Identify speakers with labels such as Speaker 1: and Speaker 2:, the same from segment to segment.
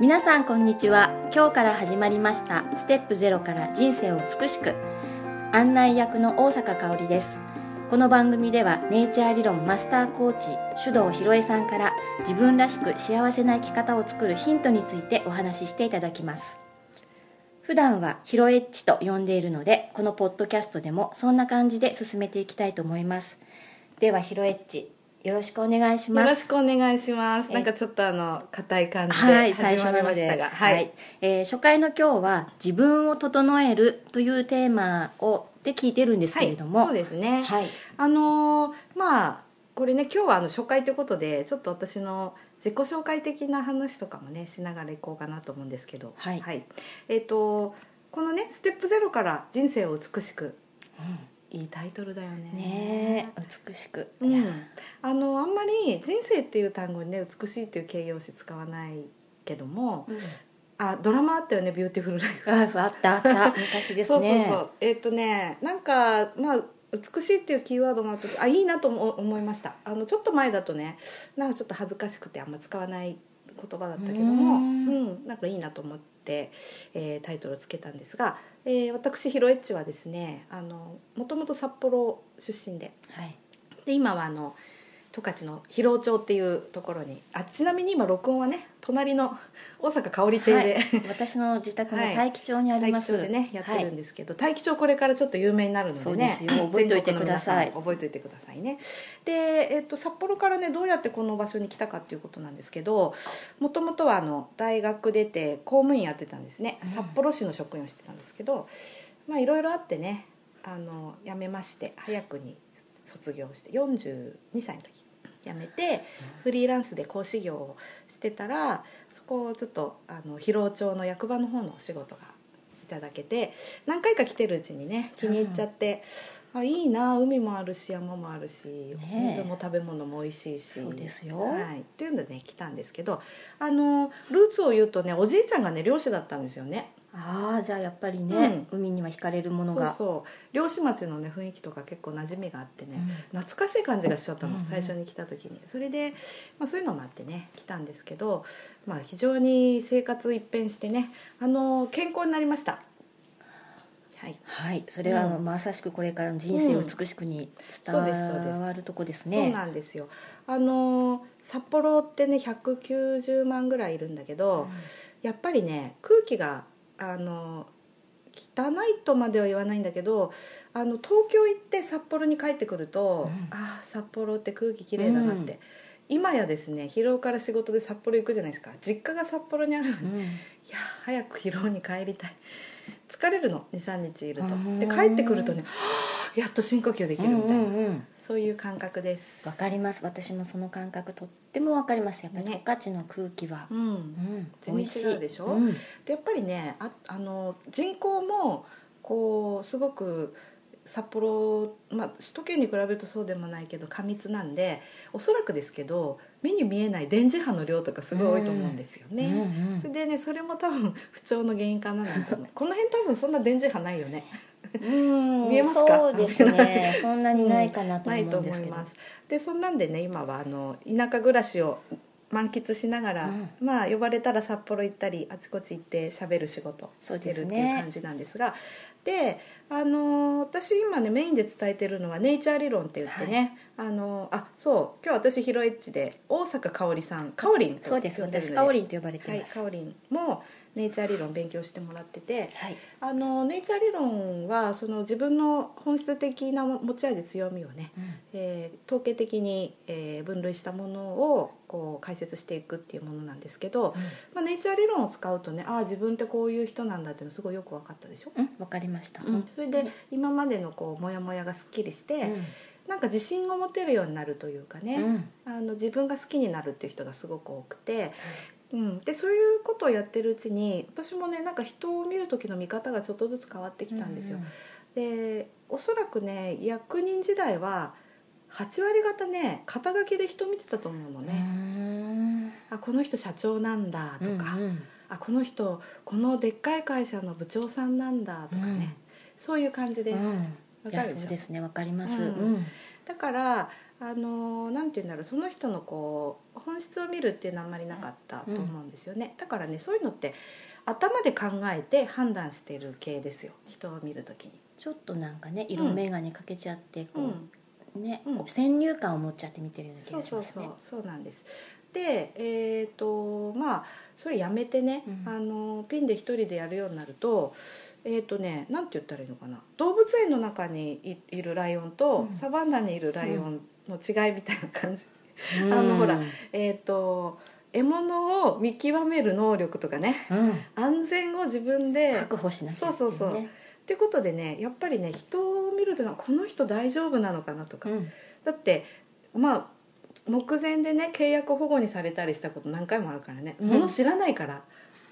Speaker 1: 皆さんこんにちは今日から始まりましたステップ0から人生を美しく案内役の大坂香織ですこの番組ではネイチャー理論マスターコーチ手動ひろえさんから自分らしく幸せな生き方を作るヒントについてお話ししていただきます普段はヒロエッチと呼んでいるのでこのポッドキャストでもそんな感じで進めていきたいと思いますではヒロエッチよろしくお願いし
Speaker 2: よ
Speaker 1: ま
Speaker 2: ろ
Speaker 1: す
Speaker 2: しくお願いします。
Speaker 1: え
Speaker 2: なんかちょっとあの硬い感じ
Speaker 1: は
Speaker 2: で
Speaker 1: い、最
Speaker 2: 始
Speaker 1: 初
Speaker 2: まり
Speaker 1: な
Speaker 2: ま
Speaker 1: の
Speaker 2: し
Speaker 1: で
Speaker 2: た、が、
Speaker 1: はいえー初回の今日は「自分を整える」というテーマをで聞いてるんですけれども、
Speaker 2: そうですね。
Speaker 1: はい
Speaker 2: あのーまあこれね今日はあの初回ということでちょっと私の自己紹介的な話とかもねしながらいこうかなと思うんですけど、
Speaker 1: はい
Speaker 2: えっ、とこのねステップゼロから人生を美しくいいタイトルだよね。
Speaker 1: ねえ美しく、
Speaker 2: う
Speaker 1: いや
Speaker 2: ん、あのあんまり人生っていう単語にね美しいっていう形容詞使わないけどもあドラマあったよねビューティフルライフ
Speaker 1: ああったあ った昔ですね
Speaker 2: そうそうそうえっ、とねなんかまあ美しいっていうキーワードもあったあいいなとも思いましたあのちょっと前だとねなんかちょっと恥ずかしくてあんま使わない言葉だったけども
Speaker 1: う
Speaker 2: うんん、なんかいいなと思って、えータイトルをつけたんですが、えー私ヒロエッチはですねあのもともと札幌出身で
Speaker 1: はい
Speaker 2: で今はあの十勝の広尾町っていうところにあちなみに今録音はね隣の大阪香織亭で、
Speaker 1: 私の自宅の
Speaker 2: はい
Speaker 1: 大気町にありま
Speaker 2: 大気
Speaker 1: す、
Speaker 2: 町でねやってるんですけど、大気町これからちょっと有名になるのでね
Speaker 1: そうです よ覚えておいて
Speaker 2: 全国の皆
Speaker 1: ください
Speaker 2: さん覚えておいてくださいねで、えっと札幌からねどうやってこの場所に来たかっていうことなんですけどもともとはあの大学出て公務員やってたんですね
Speaker 1: うん
Speaker 2: 札幌市の職員をしてたんですけど、まあいろいろあってねあの辞めまして早くに卒業して42歳の時辞めてフリーランスで講師業をしてたらそこをちょっとあの広尾町の役場の方のお仕事がいただけて何回か来てるうちにね気に入っちゃって、あいいな海もあるし山もあるし、
Speaker 1: ねえ
Speaker 2: 水も食べ物も美味しいし
Speaker 1: そうですよ
Speaker 2: はい、っていうのでね来たんですけどあのルーツを言うとねおじいちゃんがね漁師だったんですよね
Speaker 1: ああじゃあやっぱりね、海には惹かれるものが
Speaker 2: そうそう漁師町のね雰囲気とか結構馴染みがあってね、
Speaker 1: うん
Speaker 2: 懐かしい感じがしちゃったの、
Speaker 1: うんうん
Speaker 2: 最初に来た時にそれで、まあ、そういうのもあってね来たんですけど、まあ、非常に生活一変してねあの健康になりましたはい
Speaker 1: はいそれは
Speaker 2: うん
Speaker 1: まさしくこれからの人生を美しくに伝
Speaker 2: うんそうですそうです
Speaker 1: わるとこです
Speaker 2: そう
Speaker 1: ね、
Speaker 2: なんですよあの札幌ってね190万ぐらいいるんだけど、やっぱりね空気があの汚いとまでは言わないんだけどあの東京行って札幌に帰ってくると、
Speaker 1: うん
Speaker 2: ああ札幌って空気きれいだなって、今やですね疲労から仕事で札幌行くじゃないですか実家が札幌にあるのに、
Speaker 1: う
Speaker 2: い
Speaker 1: ん
Speaker 2: やー早く疲労に帰りたい疲れるの23日いる
Speaker 1: う
Speaker 2: と
Speaker 1: ん
Speaker 2: で帰ってくるとねはあやっと深呼吸できるみたいな、
Speaker 1: うんうんうん
Speaker 2: そういう感覚です
Speaker 1: わかります私もその感覚とってもわかりますやっぱり十
Speaker 2: ね
Speaker 1: 勝の空気は、
Speaker 2: うん
Speaker 1: うん
Speaker 2: 全然
Speaker 1: 美味し
Speaker 2: 違
Speaker 1: いう
Speaker 2: でしょ
Speaker 1: うん
Speaker 2: でやっぱりねああの人口もこうすごく札幌、まあ、首都圏に比べるとそうでもないけど過密なんでおそらくですけど目に見えない電磁波の量とかすごい多いと思うんですよ
Speaker 1: うんう
Speaker 2: ね。
Speaker 1: ん
Speaker 2: それでねそれも多分不調の原因かななんて思うこの辺多分そんな電磁波ないよね
Speaker 1: うん
Speaker 2: 見えますか
Speaker 1: そうです ねそんなにないかなと
Speaker 2: ない
Speaker 1: 思
Speaker 2: と
Speaker 1: うんで
Speaker 2: 思
Speaker 1: す
Speaker 2: い
Speaker 1: けど、
Speaker 2: ますでそんなんでね今はあの田舎暮らしを満喫しながら、
Speaker 1: うん
Speaker 2: まあ呼ばれたら札幌行ったりあちこち行って喋る仕事
Speaker 1: そう
Speaker 2: し
Speaker 1: で
Speaker 2: て
Speaker 1: す
Speaker 2: る
Speaker 1: ね
Speaker 2: っていう感じなんですがで,、あの私今ねメインで伝えてるのはネイチャー理論って言ってね、あのあそう今日私ヒロエッチで大阪香織さん香織と
Speaker 1: そうです
Speaker 2: 呼んる
Speaker 1: 私
Speaker 2: の
Speaker 1: カオリンと呼ばれて
Speaker 2: はいい
Speaker 1: ます
Speaker 2: 香織もネイチャー理論勉強してもらってて、
Speaker 1: はい、
Speaker 2: あのネイチャー理論はその自分の本質的な持ち味強みをね、
Speaker 1: うん
Speaker 2: えー統計的に、えー分類したものをこう解説していくっていうものなんですけど、まあ、ネイチャー理論を使うとねああ自分ってこういう人なんだっていうのすごいよく分かったでしょ、
Speaker 1: うん、わかりました、うん
Speaker 2: それで今までのこうモヤモヤがすっきりして、なんか自信を持てるようになるというかね、
Speaker 1: うん
Speaker 2: あの自分が好きになるっていう人がすごく多くて、うん、でそういうことをやってるうちに私もねなんか人を見る時の見方がちょっとずつ変わってきたんですよ。でおそらくね役人時代は8割方ね肩書きで人見てたと思うの
Speaker 1: うん
Speaker 2: ね、
Speaker 1: うん
Speaker 2: あこの人社長なんだとか、
Speaker 1: うんうん
Speaker 2: あこの人このでっかい会社の部長さんなんだとかね、そういう感じです、
Speaker 1: うん
Speaker 2: わ
Speaker 1: い
Speaker 2: か
Speaker 1: や
Speaker 2: るでし
Speaker 1: そ
Speaker 2: ょ
Speaker 1: うですねわかります、う
Speaker 2: うん
Speaker 1: ん
Speaker 2: だからあのなんて言うんだろうその人のこう本質を見るっていうのはあんまりなかったと思うんですよね、だからねそういうのって頭で考えて判断してる系ですよ人を見るときに、
Speaker 1: ちょっとなんかね色眼鏡かけちゃってこう、ね、
Speaker 2: うん
Speaker 1: こう先入観を持っちゃって見てるような気
Speaker 2: そ
Speaker 1: が
Speaker 2: う
Speaker 1: し
Speaker 2: そ
Speaker 1: ま
Speaker 2: う
Speaker 1: す
Speaker 2: そ
Speaker 1: ね
Speaker 2: うそうなんですでえっ、とまあそれやめてね、
Speaker 1: うん
Speaker 2: あのピンで一人でやるようになるとえっ、とねなんて言ったらいいのかな動物園の中にいいるライオンと、
Speaker 1: うん
Speaker 2: サバンナにいるライオンの違いみたいな感じ、
Speaker 1: うん
Speaker 2: あのほら
Speaker 1: うん
Speaker 2: えっ、と獲物を見極める能力とかね安全を自分で
Speaker 1: 確保しなきゃいけないね
Speaker 2: そうそうそうってことでねやっぱりね人を見るというのはこの人大丈夫なのかなとか、
Speaker 1: うん
Speaker 2: だってまあ目前でね契約保護にされたりしたこと何回もあるからね、
Speaker 1: うん
Speaker 2: 物知らないから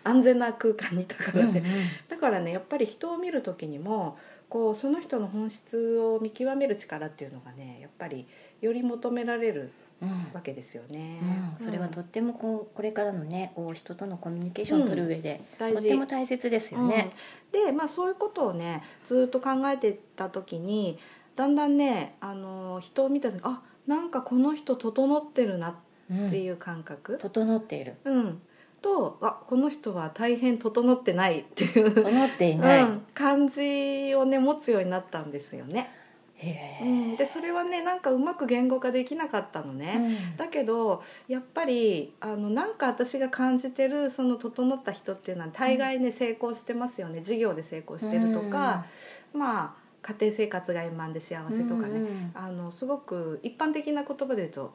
Speaker 2: 安全な空間にいたからね、
Speaker 1: うんうん
Speaker 2: だからねやっぱり人を見る時にもこうその人の本質を見極める力っていうのがねやっぱりより求められる
Speaker 1: うん
Speaker 2: わけですよね。
Speaker 1: うん、それはとってもこうこれからのねこう人とのコミュニケーションを取る上で、
Speaker 2: 大
Speaker 1: とっても大切ですよね。
Speaker 2: うんでまあそういうことをねずっと考えてた時にだんだんねあの人を見た時あなんかこの人整ってるな
Speaker 1: うん
Speaker 2: っていう感覚、
Speaker 1: 整っている
Speaker 2: うんとあこの人は大変整ってないっていう、
Speaker 1: 整っていない、
Speaker 2: うん感じをね持つようになったんですよね。
Speaker 1: へ
Speaker 2: う
Speaker 1: え、
Speaker 2: ん、でそれはねなんかうまく言語化できなかったのね。だけどやっぱりあのなんか私が感じてるその整った人っていうのは大概ね、成功してますよね事業で成功してるとか、まあ家庭生活が円満で幸
Speaker 1: う
Speaker 2: せ
Speaker 1: ん
Speaker 2: とかね、
Speaker 1: うん
Speaker 2: あのすごく一般的な言葉で言うと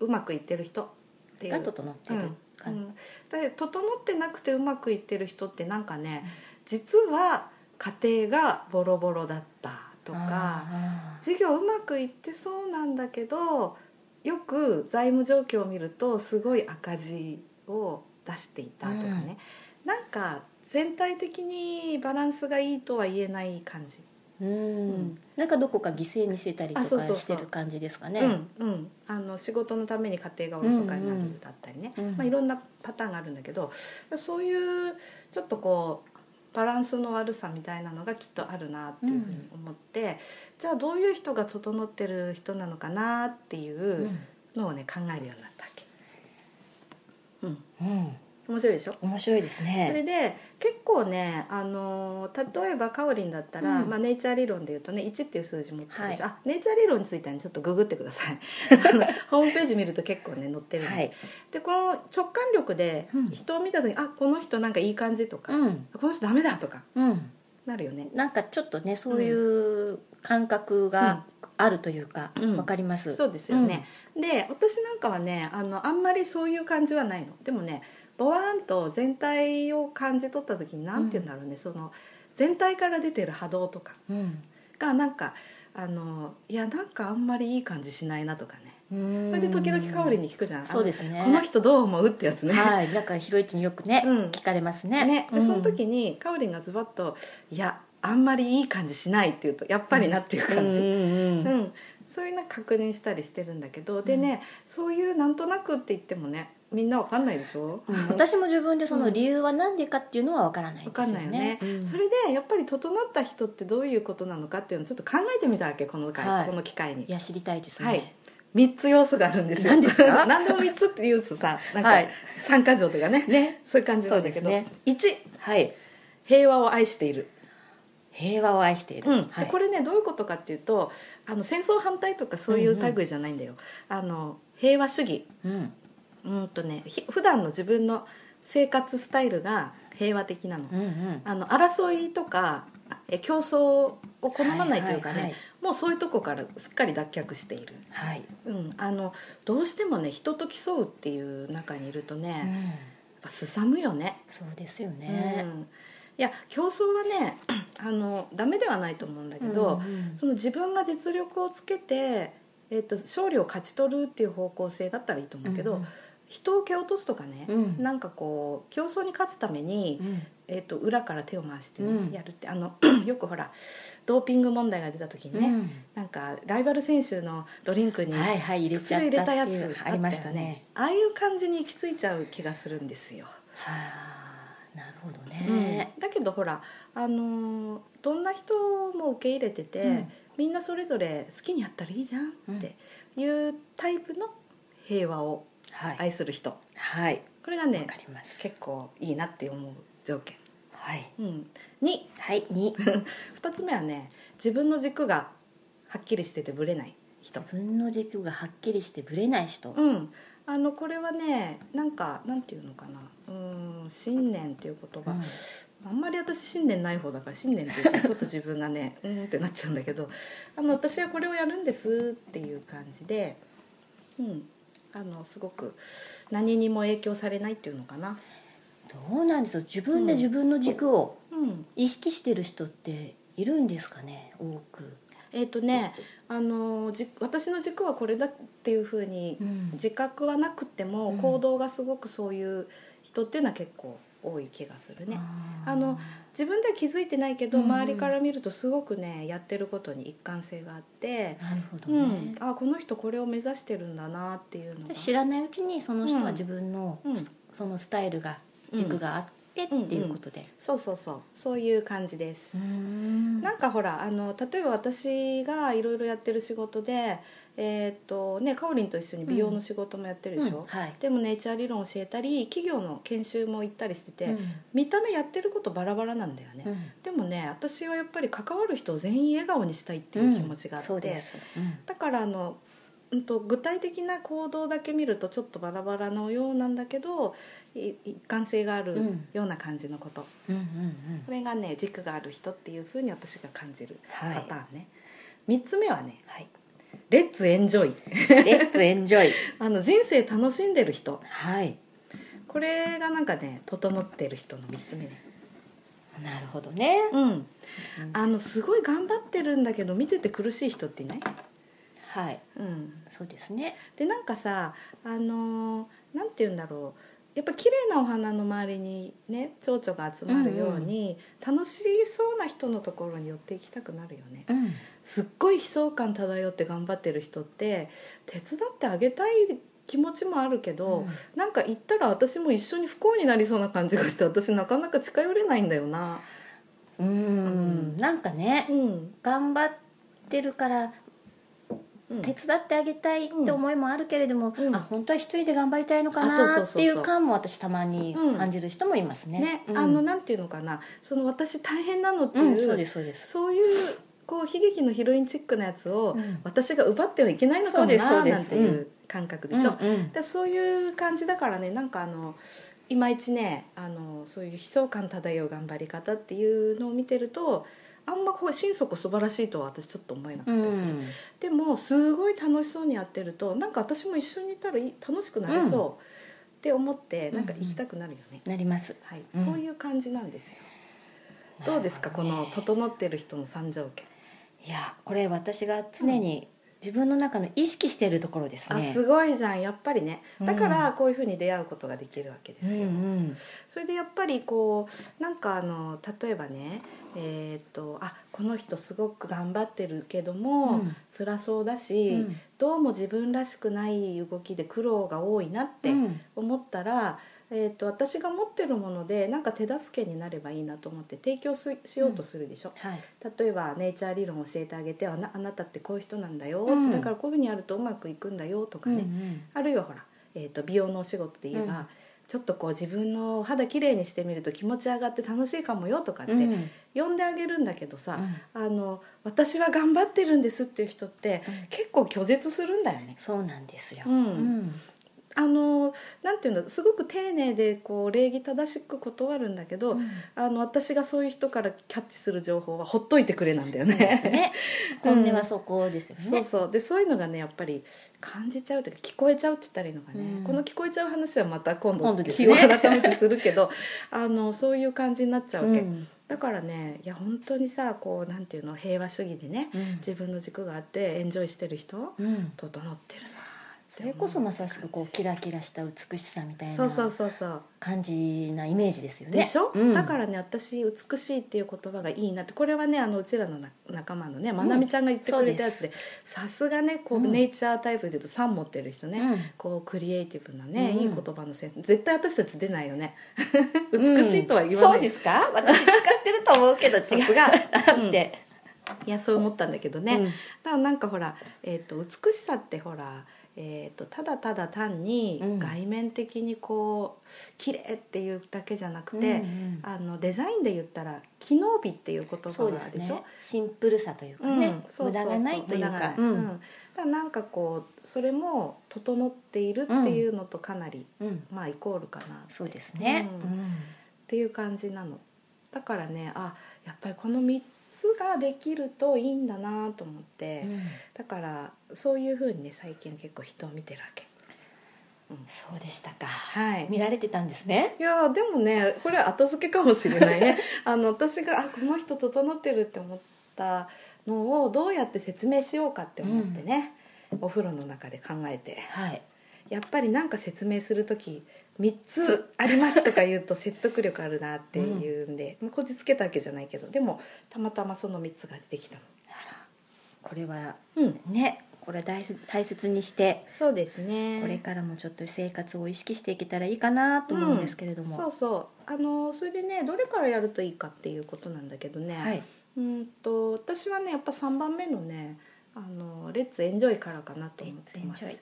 Speaker 2: うまくいってる人っていう。
Speaker 1: が整っている感じ、
Speaker 2: うんだって整ってなくてうまくいってる人ってなんかね実は家庭がボロボロだったとか
Speaker 1: あー
Speaker 2: 授業うまくいってそうなんだけどよく財務状況を見るとすごい赤字を出していたとかね、なんか全体的にバランスがいいとは言えない感じ、
Speaker 1: あーうん
Speaker 2: うん
Speaker 1: なんかどこか犠牲にしてたりと
Speaker 2: あそうそうそ
Speaker 1: か
Speaker 2: う
Speaker 1: してる感じですかね。
Speaker 2: うんうん、あの仕事のために家庭がおろそかにな
Speaker 1: うんう
Speaker 2: る
Speaker 1: ん
Speaker 2: だったりね、
Speaker 1: うん
Speaker 2: まあ、いろんなパターンがあるんだけどそういうちょっとこうバランスの悪さみたいなのがきっとあるなっていうふうに思って、じゃあどういう人が整ってる人なのかなっていう。
Speaker 1: うん
Speaker 2: のをね考えるようになったわけ。うん、
Speaker 1: うん
Speaker 2: 面白いでしょ。
Speaker 1: 面白いです
Speaker 2: それ
Speaker 1: ね。
Speaker 2: で結構ね、あのー例えばカオリンだったら、
Speaker 1: うん
Speaker 2: まあネイチャー理論で言うとね1っていう数字持ってるでしょ、
Speaker 1: は
Speaker 2: あネイチャー理論については、ね、ちょっとググってくださ いあのホームページ見ると結構ね載ってるの、
Speaker 1: はい、
Speaker 2: でこの直感力で
Speaker 1: うん
Speaker 2: 人を見た時に、あこの人なんかいい感じとか、
Speaker 1: うん
Speaker 2: この人ダメだとか
Speaker 1: うん、
Speaker 2: なるよね
Speaker 1: なんかちょっとねそういう感覚があるというか、わ
Speaker 2: うん
Speaker 1: かります。
Speaker 2: そうですよね、で私なんかはねあのあんまりそういう感じはないのでもねボワーンと全体を感じ取った時に何て言うんだろうね、その全体から出てる波動とか
Speaker 1: うん、
Speaker 2: がなんかあのいやなんかあんまりいい感じしないなとかね
Speaker 1: そ
Speaker 2: それ
Speaker 1: れ
Speaker 2: で時々香りに聞くじゃん、あの
Speaker 1: そうですね
Speaker 2: この人どう思うってやつね。
Speaker 1: はい、なんかひろいちによくね、
Speaker 2: うん
Speaker 1: 聞かれますね。
Speaker 2: ね
Speaker 1: う
Speaker 2: で
Speaker 1: ん
Speaker 2: その時にかおりんがズバッと「いやあんまりいい感じしない」って言うと「やっぱりな」っていう
Speaker 1: うん
Speaker 2: 感じ、
Speaker 1: うんう
Speaker 2: う
Speaker 1: ん
Speaker 2: ん、そういうの確認したりしてるんだけどでね、そういうなんとなくって言ってもねみんなわかんないでしょ、
Speaker 1: うん私も自分でその理由は何でかっていうのはわからないんですよ
Speaker 2: わかんないよね
Speaker 1: ね。、うん
Speaker 2: それでやっぱり整った人ってどういうことなのかっていうのをちょっと考えてみたわけこの回、
Speaker 1: はい
Speaker 2: この機会
Speaker 1: い
Speaker 2: に
Speaker 1: や知りたいですね。
Speaker 2: はい3つ要素があるんですよ
Speaker 1: 何ですか
Speaker 2: 何でも3つっていうとさなん
Speaker 1: は
Speaker 2: か
Speaker 1: い
Speaker 2: 三か条とかね
Speaker 1: ね、
Speaker 2: そういう感じなんだけど、
Speaker 1: そうですね
Speaker 2: 1
Speaker 1: はい、
Speaker 2: 平和を愛している
Speaker 1: 平和を愛している。
Speaker 2: うんで
Speaker 1: はい、
Speaker 2: これねどういうことかっていうとあの戦争反対とかそういう類じゃないんだよ、あの平和主義
Speaker 1: うん、
Speaker 2: うんとねひ普段の自分の生活スタイルが平和的なの,、
Speaker 1: うんうん、
Speaker 2: あの争いとかえ競争を好まないというか
Speaker 1: はい
Speaker 2: ね、
Speaker 1: はいはい
Speaker 2: もうそういうとこからすっかり脱却している、
Speaker 1: はい、
Speaker 2: うん、あのどうしてもね人と競うっていう中にいると
Speaker 1: う
Speaker 2: ね、やっ
Speaker 1: ん、
Speaker 2: ぱ凄むよね
Speaker 1: そうですよね
Speaker 2: う。ん、いや競争はね あのダメではないと思うんだけど、
Speaker 1: うんうん
Speaker 2: その自分が実力をつけて、えっと勝利を勝ち取るっていう方向性だったらいいと思うけど、人を蹴落とすとかね、
Speaker 1: うん
Speaker 2: なんかこう競争に勝つために、
Speaker 1: うん
Speaker 2: えっと裏から手を回して、ね
Speaker 1: うん
Speaker 2: やるってあの よくほらドーピング問題が出た時にね、なんかライバル選手のドリンク
Speaker 1: う
Speaker 2: に
Speaker 1: ん、はいはい入れち
Speaker 2: 靴
Speaker 1: ゃったっ
Speaker 2: を入
Speaker 1: て
Speaker 2: れたや
Speaker 1: い
Speaker 2: つ
Speaker 1: うありましたね。
Speaker 2: あったよああいう感じに行き着いちゃう気がするんですよ。
Speaker 1: はあ、なるほどね。
Speaker 2: うんだけどほら、あのーどんな人も受け入れてて、
Speaker 1: うん
Speaker 2: みんなそれぞれ好きにやったらいいじゃんっていうタイプの平和を
Speaker 1: はい
Speaker 2: 愛する人、
Speaker 1: はい
Speaker 2: これがね
Speaker 1: わかります
Speaker 2: 結構いいなって思う条件、
Speaker 1: はい
Speaker 2: うん、に
Speaker 1: はい 二
Speaker 2: 2つ目はね自分の軸がはっきりしててぶれない人
Speaker 1: 自分の軸がはっきりしてぶれない人
Speaker 2: うん、あのこれはねなんかなんていうのかなうーん信念っていう言葉、
Speaker 1: うん
Speaker 2: あんまり私信念ない方だから信念って言うとちょっと自分がね うーんってなっちゃうんだけどあの私はこれをやるんですっていう感じで、うん、あのすごく何にも影響されないっていうのかな。
Speaker 1: どうなんですか自分で自分の軸を
Speaker 2: うん
Speaker 1: 意識してる人っているんですかね多く、
Speaker 2: えーとね、あのじ私の軸はこれだっていうふうに
Speaker 1: うん
Speaker 2: 自覚はなくても
Speaker 1: うん
Speaker 2: 行動がすごくそういう人っていうのは結構多い気がするね。
Speaker 1: あー
Speaker 2: あの自分では気づいてないけど
Speaker 1: うんうん
Speaker 2: 周りから見るとすごくねやってることに一貫性があって、
Speaker 1: なるほど
Speaker 2: う
Speaker 1: ね、
Speaker 2: ん、あこの人これを目指してるんだなっていうのが
Speaker 1: 知らないうちにその人
Speaker 2: う
Speaker 1: は
Speaker 2: ん
Speaker 1: 自分の、
Speaker 2: うん
Speaker 1: そのスタイルが軸があってっていうことで、
Speaker 2: そうそうそうそういう感じで
Speaker 1: う
Speaker 2: す。
Speaker 1: ん
Speaker 2: なんかほらあの例えば私がいろいろやってる仕事でえーっとねかおりんと一緒に美容の仕事もやってるでし
Speaker 1: う
Speaker 2: ょ、
Speaker 1: んはい
Speaker 2: でもネイチャー理論教えたり企業の研修も行ったりしてて、
Speaker 1: うん
Speaker 2: 見た目やってることバラバラなんだよね、
Speaker 1: うん
Speaker 2: でもね私はやっぱり関わる人を全員笑顔にしたいっていう気持ちがあって、
Speaker 1: そうです、
Speaker 2: だからあの、うん、と具体的な行動だけ見るとちょっとバラバラのようなんだけどい一貫性があ
Speaker 1: う
Speaker 2: る
Speaker 1: ん
Speaker 2: ような感じのこと、
Speaker 1: うんうんうん
Speaker 2: これがね軸がある人っていうふうに私が感じる
Speaker 1: は
Speaker 2: パ
Speaker 1: い
Speaker 2: ターンね、三3つ目はね
Speaker 1: はい
Speaker 2: 「レッツエンジョイ
Speaker 1: レッツエンジョイ」
Speaker 2: あの人生楽しんでる人
Speaker 1: はい
Speaker 2: これがなんかね整ってる人の3つ目ね
Speaker 1: なるほどね
Speaker 2: うんあのすごい頑張ってるんだけど見てて苦しい人っていない、
Speaker 1: はい
Speaker 2: うん、
Speaker 1: そうですね
Speaker 2: でなんかさあのーなんて言うんだろうやっぱ綺麗なお花の周りにね蝶々が集まるように、楽しそうな人のところに寄っていきたくなるよね
Speaker 1: うん
Speaker 2: すっごい悲壮感漂って頑張ってる人って手伝ってあげたい気持ちもあるけど、
Speaker 1: うん
Speaker 2: なんか行ったら私も一緒に不幸になりそうな感じがして私なかなか近寄れないんだよな
Speaker 1: うんなんかね
Speaker 2: うん、
Speaker 1: 頑張ってるから
Speaker 2: うん
Speaker 1: 手伝ってあげたいって思いもあるけれども、
Speaker 2: うん
Speaker 1: あ本当は一人で頑張りたいのか
Speaker 2: あそうそうそ
Speaker 1: な
Speaker 2: う
Speaker 1: っ
Speaker 2: そ
Speaker 1: て
Speaker 2: う
Speaker 1: いう感も私たまに感じる人もいますね。
Speaker 2: ね、
Speaker 1: うん
Speaker 2: あのなんていうのかなその私大変なのって
Speaker 1: う
Speaker 2: い
Speaker 1: ん、
Speaker 2: う,、
Speaker 1: そうですそうです。
Speaker 2: そういうこう悲劇のヒロインチックなやつを、
Speaker 1: うん
Speaker 2: 私が奪ってはいけないのか
Speaker 1: そ
Speaker 2: もな
Speaker 1: うですそうです
Speaker 2: なんていう感覚でしょ、
Speaker 1: うんうん
Speaker 2: でそういう感じだからねなんかあのいまいちねあのそういう悲壮感漂う頑張り方っていうのを見てるとあんまこう心底素晴らしいとは私ちょっと思えなか
Speaker 1: う
Speaker 2: ったでする、
Speaker 1: ん
Speaker 2: でもすごい楽しそうにやってるとなんか私も一緒にいたらいい楽しくなりそう、って思ってなんか行きたくなるよね、
Speaker 1: なります。
Speaker 2: はい、
Speaker 1: うん
Speaker 2: そういう感じなんですよ。どうですか、
Speaker 1: な
Speaker 2: こ
Speaker 1: るほど
Speaker 2: の
Speaker 1: ね
Speaker 2: 整ってる人の三条件。
Speaker 1: いやこれ私が常に自分の中の意識しているところです
Speaker 2: あ、
Speaker 1: ね。
Speaker 2: すごいじゃん、やっぱりね。
Speaker 1: うん
Speaker 2: だから、こういうふうに出会うことができるわけで
Speaker 1: うん
Speaker 2: すよ。
Speaker 1: うん
Speaker 2: それで、やっぱり、こう、なんか、あの、例えばね。えーっと、あ、この人すごく頑張ってるけども。
Speaker 1: うん
Speaker 2: 辛そうだ
Speaker 1: う
Speaker 2: し、
Speaker 1: ん
Speaker 2: どうも自分らしくない動きで苦労が多いなって
Speaker 1: うん
Speaker 2: 思ったら、えーっと私が持ってるものでなんか手助けになればいいなと思って提供すしようとするでしょ、
Speaker 1: はい
Speaker 2: 例えばネイチャー理論を教えてあげてあなあなたってこういう人なんだよ、
Speaker 1: うん
Speaker 2: だからこういうふうにやるとうまくいくんだよとか
Speaker 1: う
Speaker 2: ね、
Speaker 1: ん
Speaker 2: あるいはほら、えー、と美容のお仕事で言えば、
Speaker 1: うん
Speaker 2: ちょっとこう自分のお肌きれいにしてみると気持ち上がって楽しいかもよとかって
Speaker 1: うんうん
Speaker 2: 呼んであげるんだけどさ、
Speaker 1: うん
Speaker 2: あの私は頑張ってるんですっていう人って
Speaker 1: うん
Speaker 2: 結構拒絶するんだよね。
Speaker 1: そうなんですよ。
Speaker 2: うん
Speaker 1: うん
Speaker 2: あのなんていうんだすごく丁寧でこう礼儀正しく断るんだけ
Speaker 1: う
Speaker 2: ど、
Speaker 1: ん
Speaker 2: あの私がそういう人からキャッチする情報はほっといてくれなんだよ
Speaker 1: そうで
Speaker 2: ね
Speaker 1: す。ね。本音はそこですよ
Speaker 2: そう
Speaker 1: ね。
Speaker 2: そうでそういうのがねやっぱり感じちゃうというか聞こえちゃうって言ったらいいのかね、
Speaker 1: うん
Speaker 2: この聞こえちゃう話はまた今度
Speaker 1: 今度ですね
Speaker 2: 日を改めてする けどあのそういう感じになっちゃうわけ、
Speaker 1: うん
Speaker 2: だからねいや本当にさこうなんていうの平和主義でね
Speaker 1: うん
Speaker 2: 自分の軸があってエンジョイしてる人
Speaker 1: うん
Speaker 2: 整ってるな
Speaker 1: それこそまさしくこうキ
Speaker 2: ラ
Speaker 1: ラキラした美しさみたい
Speaker 2: そうそう
Speaker 1: な
Speaker 2: そうそう
Speaker 1: 感じなイメージですよね。
Speaker 2: でしょ、
Speaker 1: うん
Speaker 2: だからね私美しいっていう言葉がいいなってこれはねあのうちらのな仲間のねまなみちゃんが言ってくれたやつで,、さすがねこう、
Speaker 1: うん
Speaker 2: ネイチャータイプでいうと3持ってる人ね、
Speaker 1: うん
Speaker 2: こうクリエイティブなね、
Speaker 1: うん
Speaker 2: いい言葉のセンス絶対私たち出ないよ ね美しいとは言わな
Speaker 1: う
Speaker 2: い、
Speaker 1: んそうですか？私使ってると思うけど違う
Speaker 2: さすが
Speaker 1: だって、
Speaker 2: いやそう思ったんだけどね、
Speaker 1: う
Speaker 2: だか
Speaker 1: ん
Speaker 2: らなんかほら、えー、と美しさってほら、えー、とただただ単に
Speaker 1: うん
Speaker 2: 外面的にこう綺麗っていうだけじゃなくて、
Speaker 1: うん
Speaker 2: あのデザインで言ったら機能美っていう言
Speaker 1: うん
Speaker 2: 葉
Speaker 1: そう
Speaker 2: が
Speaker 1: で
Speaker 2: ある
Speaker 1: す
Speaker 2: でしょ
Speaker 1: ねシンプルさというか
Speaker 2: う
Speaker 1: ね
Speaker 2: んそう
Speaker 1: 無
Speaker 2: そう
Speaker 1: 駄
Speaker 2: そう
Speaker 1: がないという
Speaker 2: 無駄が
Speaker 1: か
Speaker 2: な
Speaker 1: う
Speaker 2: うん
Speaker 1: ん
Speaker 2: だからなんかこうそれも整っているっていうのとかなり、
Speaker 1: うん
Speaker 2: まあイコールかなっ
Speaker 1: そうですね
Speaker 2: うんていう感じなのだからねあやっぱりこの3つができるといいんだなと思って、
Speaker 1: うん
Speaker 2: だからそういうふうにね最近結構人を見てるわけ
Speaker 1: そうでしたか
Speaker 2: はい
Speaker 1: 見られてたんですね
Speaker 2: いやーでもねこれは後付けかもしれない ねあの私があこの人整ってるって思ったのをどうやって説明しようかって思ってね、お風呂の中で考えて
Speaker 1: はい
Speaker 2: やっぱりなんか説明する時3つありますとか言うと 説得力あるなっていうんで、まあこじつけたわけじゃないけどでもたまたまその3つが出てきた
Speaker 1: これは
Speaker 2: のうん
Speaker 1: ねこれ大切大切にして
Speaker 2: そうですね
Speaker 1: これからもちょっと生活を意識していけたらいいかなと思うんですけれども、
Speaker 2: そうそうあのそれでねどれからやるといいかっていうことなんだけどね、
Speaker 1: はい、
Speaker 2: うんと私はねやっぱ3番目のねあのレッツエンジョイからかなと
Speaker 1: レ
Speaker 2: 思っ
Speaker 1: ッツ
Speaker 2: て
Speaker 1: エン
Speaker 2: ます
Speaker 1: ジョイ。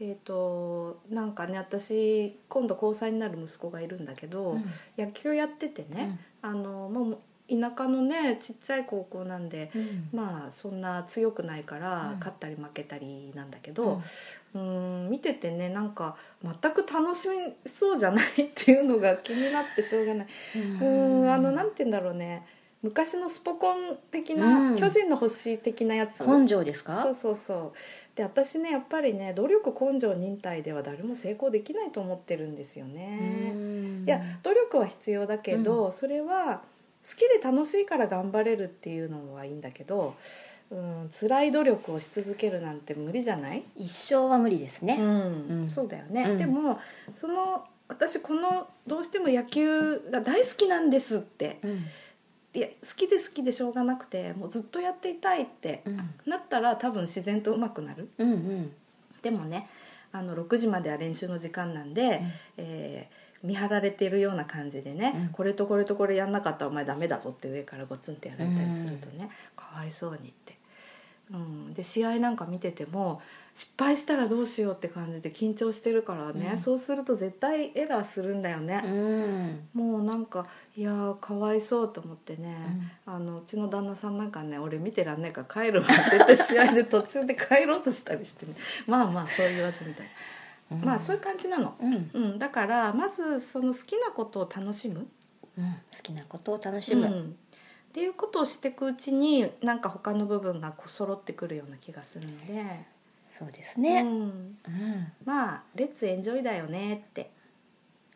Speaker 2: えっ、となんかね私今度交際になる息子がいるんだけど、
Speaker 1: うん
Speaker 2: 野球やっててね、あのもう田舎のねちっちゃい高校なんで
Speaker 1: うん
Speaker 2: まあそんな強くないから、
Speaker 1: うん
Speaker 2: 勝ったり負けたりなんだけど、うーん見ててねなんか全く楽しそうじゃないっていうのが気になってしょうがない
Speaker 1: うん
Speaker 2: うーんあのなんて言うんだろうね昔のスポコン的な、
Speaker 1: うん
Speaker 2: 巨人の星的なやつ
Speaker 1: 根性ですか
Speaker 2: そうそうそうで私ねやっぱりね努力根性忍耐では誰も成功できないと思ってるんですよね、
Speaker 1: うん
Speaker 2: いや努力は必要だけど、それは好きで楽しいから頑張れるっていうのはいいんだけどうん辛い努力をし続けるなんて無理じゃない
Speaker 1: 一生は無理です
Speaker 2: う
Speaker 1: ね、
Speaker 2: ん
Speaker 1: うん
Speaker 2: そうだよね、
Speaker 1: うん
Speaker 2: でもその私このどうしても野球が大好きなんですって
Speaker 1: うん
Speaker 2: いや好きで好きでしょうがなくてもうずっとやっていたいって
Speaker 1: うん
Speaker 2: なったら多分自然とうまくなる
Speaker 1: うんうん
Speaker 2: でもねあの6時までは練習の時間なんで、えー見張られているような感じでね、
Speaker 1: うん
Speaker 2: これとこれとこれやんなかったらお前ダメだぞって上からゴツンってやられたりするとね、かわいそうにって、うん、で試合なんか見てても失敗したらどうしようって感じで緊張してるからね、
Speaker 1: うん
Speaker 2: そうすると絶対エラーするんだよね
Speaker 1: う、ん
Speaker 2: もうなんかいやーかわいそうと思ってね、あのうちの旦那さんなんかね俺見てらんないから帰るわって言って試合で途中で帰ろうとしたりしてねまあまあそう言わずみたいな、まあそういう感じなの、
Speaker 1: うん、うん
Speaker 2: うん、だからまずその好きなことを楽しむ
Speaker 1: うん好きなことを楽しむ、
Speaker 2: うんっていうことをしていくうちになんか他の部分がこう揃ってくるような気がするので、
Speaker 1: そうですね、
Speaker 2: う
Speaker 1: うん
Speaker 2: ん、まあレッツエンジョイだよねって、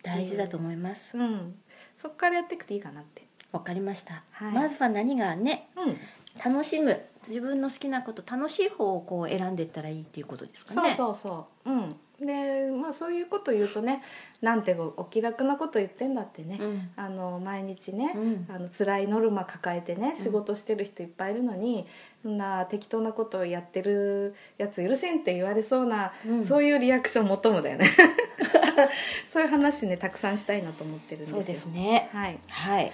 Speaker 1: 大事だと思います
Speaker 2: うん、そこからやっていくといいかなって。
Speaker 1: わかりました、
Speaker 2: はい
Speaker 1: まずは何がね
Speaker 2: うん
Speaker 1: 楽しむ自分の好きなこと楽しい方をこう選んでいったらいいっていうことですか
Speaker 2: そう
Speaker 1: ねう
Speaker 2: そうそう、うん、でまあそういうこと言うとねなんてお気楽なこと言ってんだってね、
Speaker 1: ん
Speaker 2: あの毎日ね、
Speaker 1: うん
Speaker 2: あの辛いノルマ抱えてね
Speaker 1: うん
Speaker 2: 仕事してる人いっぱいいるのに、そんな適当なことをやってるやつ許せんって言われそうな、
Speaker 1: うん
Speaker 2: そういうリアクション求むだよね そういう話ねたくさんしたいなと思ってるんですよ
Speaker 1: そうですね
Speaker 2: はい、
Speaker 1: はい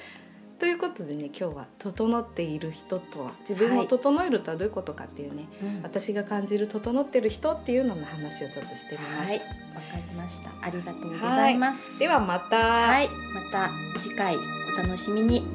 Speaker 2: ということでね今日は「整っている人とは自分を整えるとはどういうことか」っていうね、
Speaker 1: うん
Speaker 2: 私が感じる整ってる人っていうのの話をちょっとしてみま
Speaker 1: は
Speaker 2: し
Speaker 1: い
Speaker 2: た、
Speaker 1: わかりましたありがとうございます
Speaker 2: ではまた、
Speaker 1: はいまた次回お楽しみに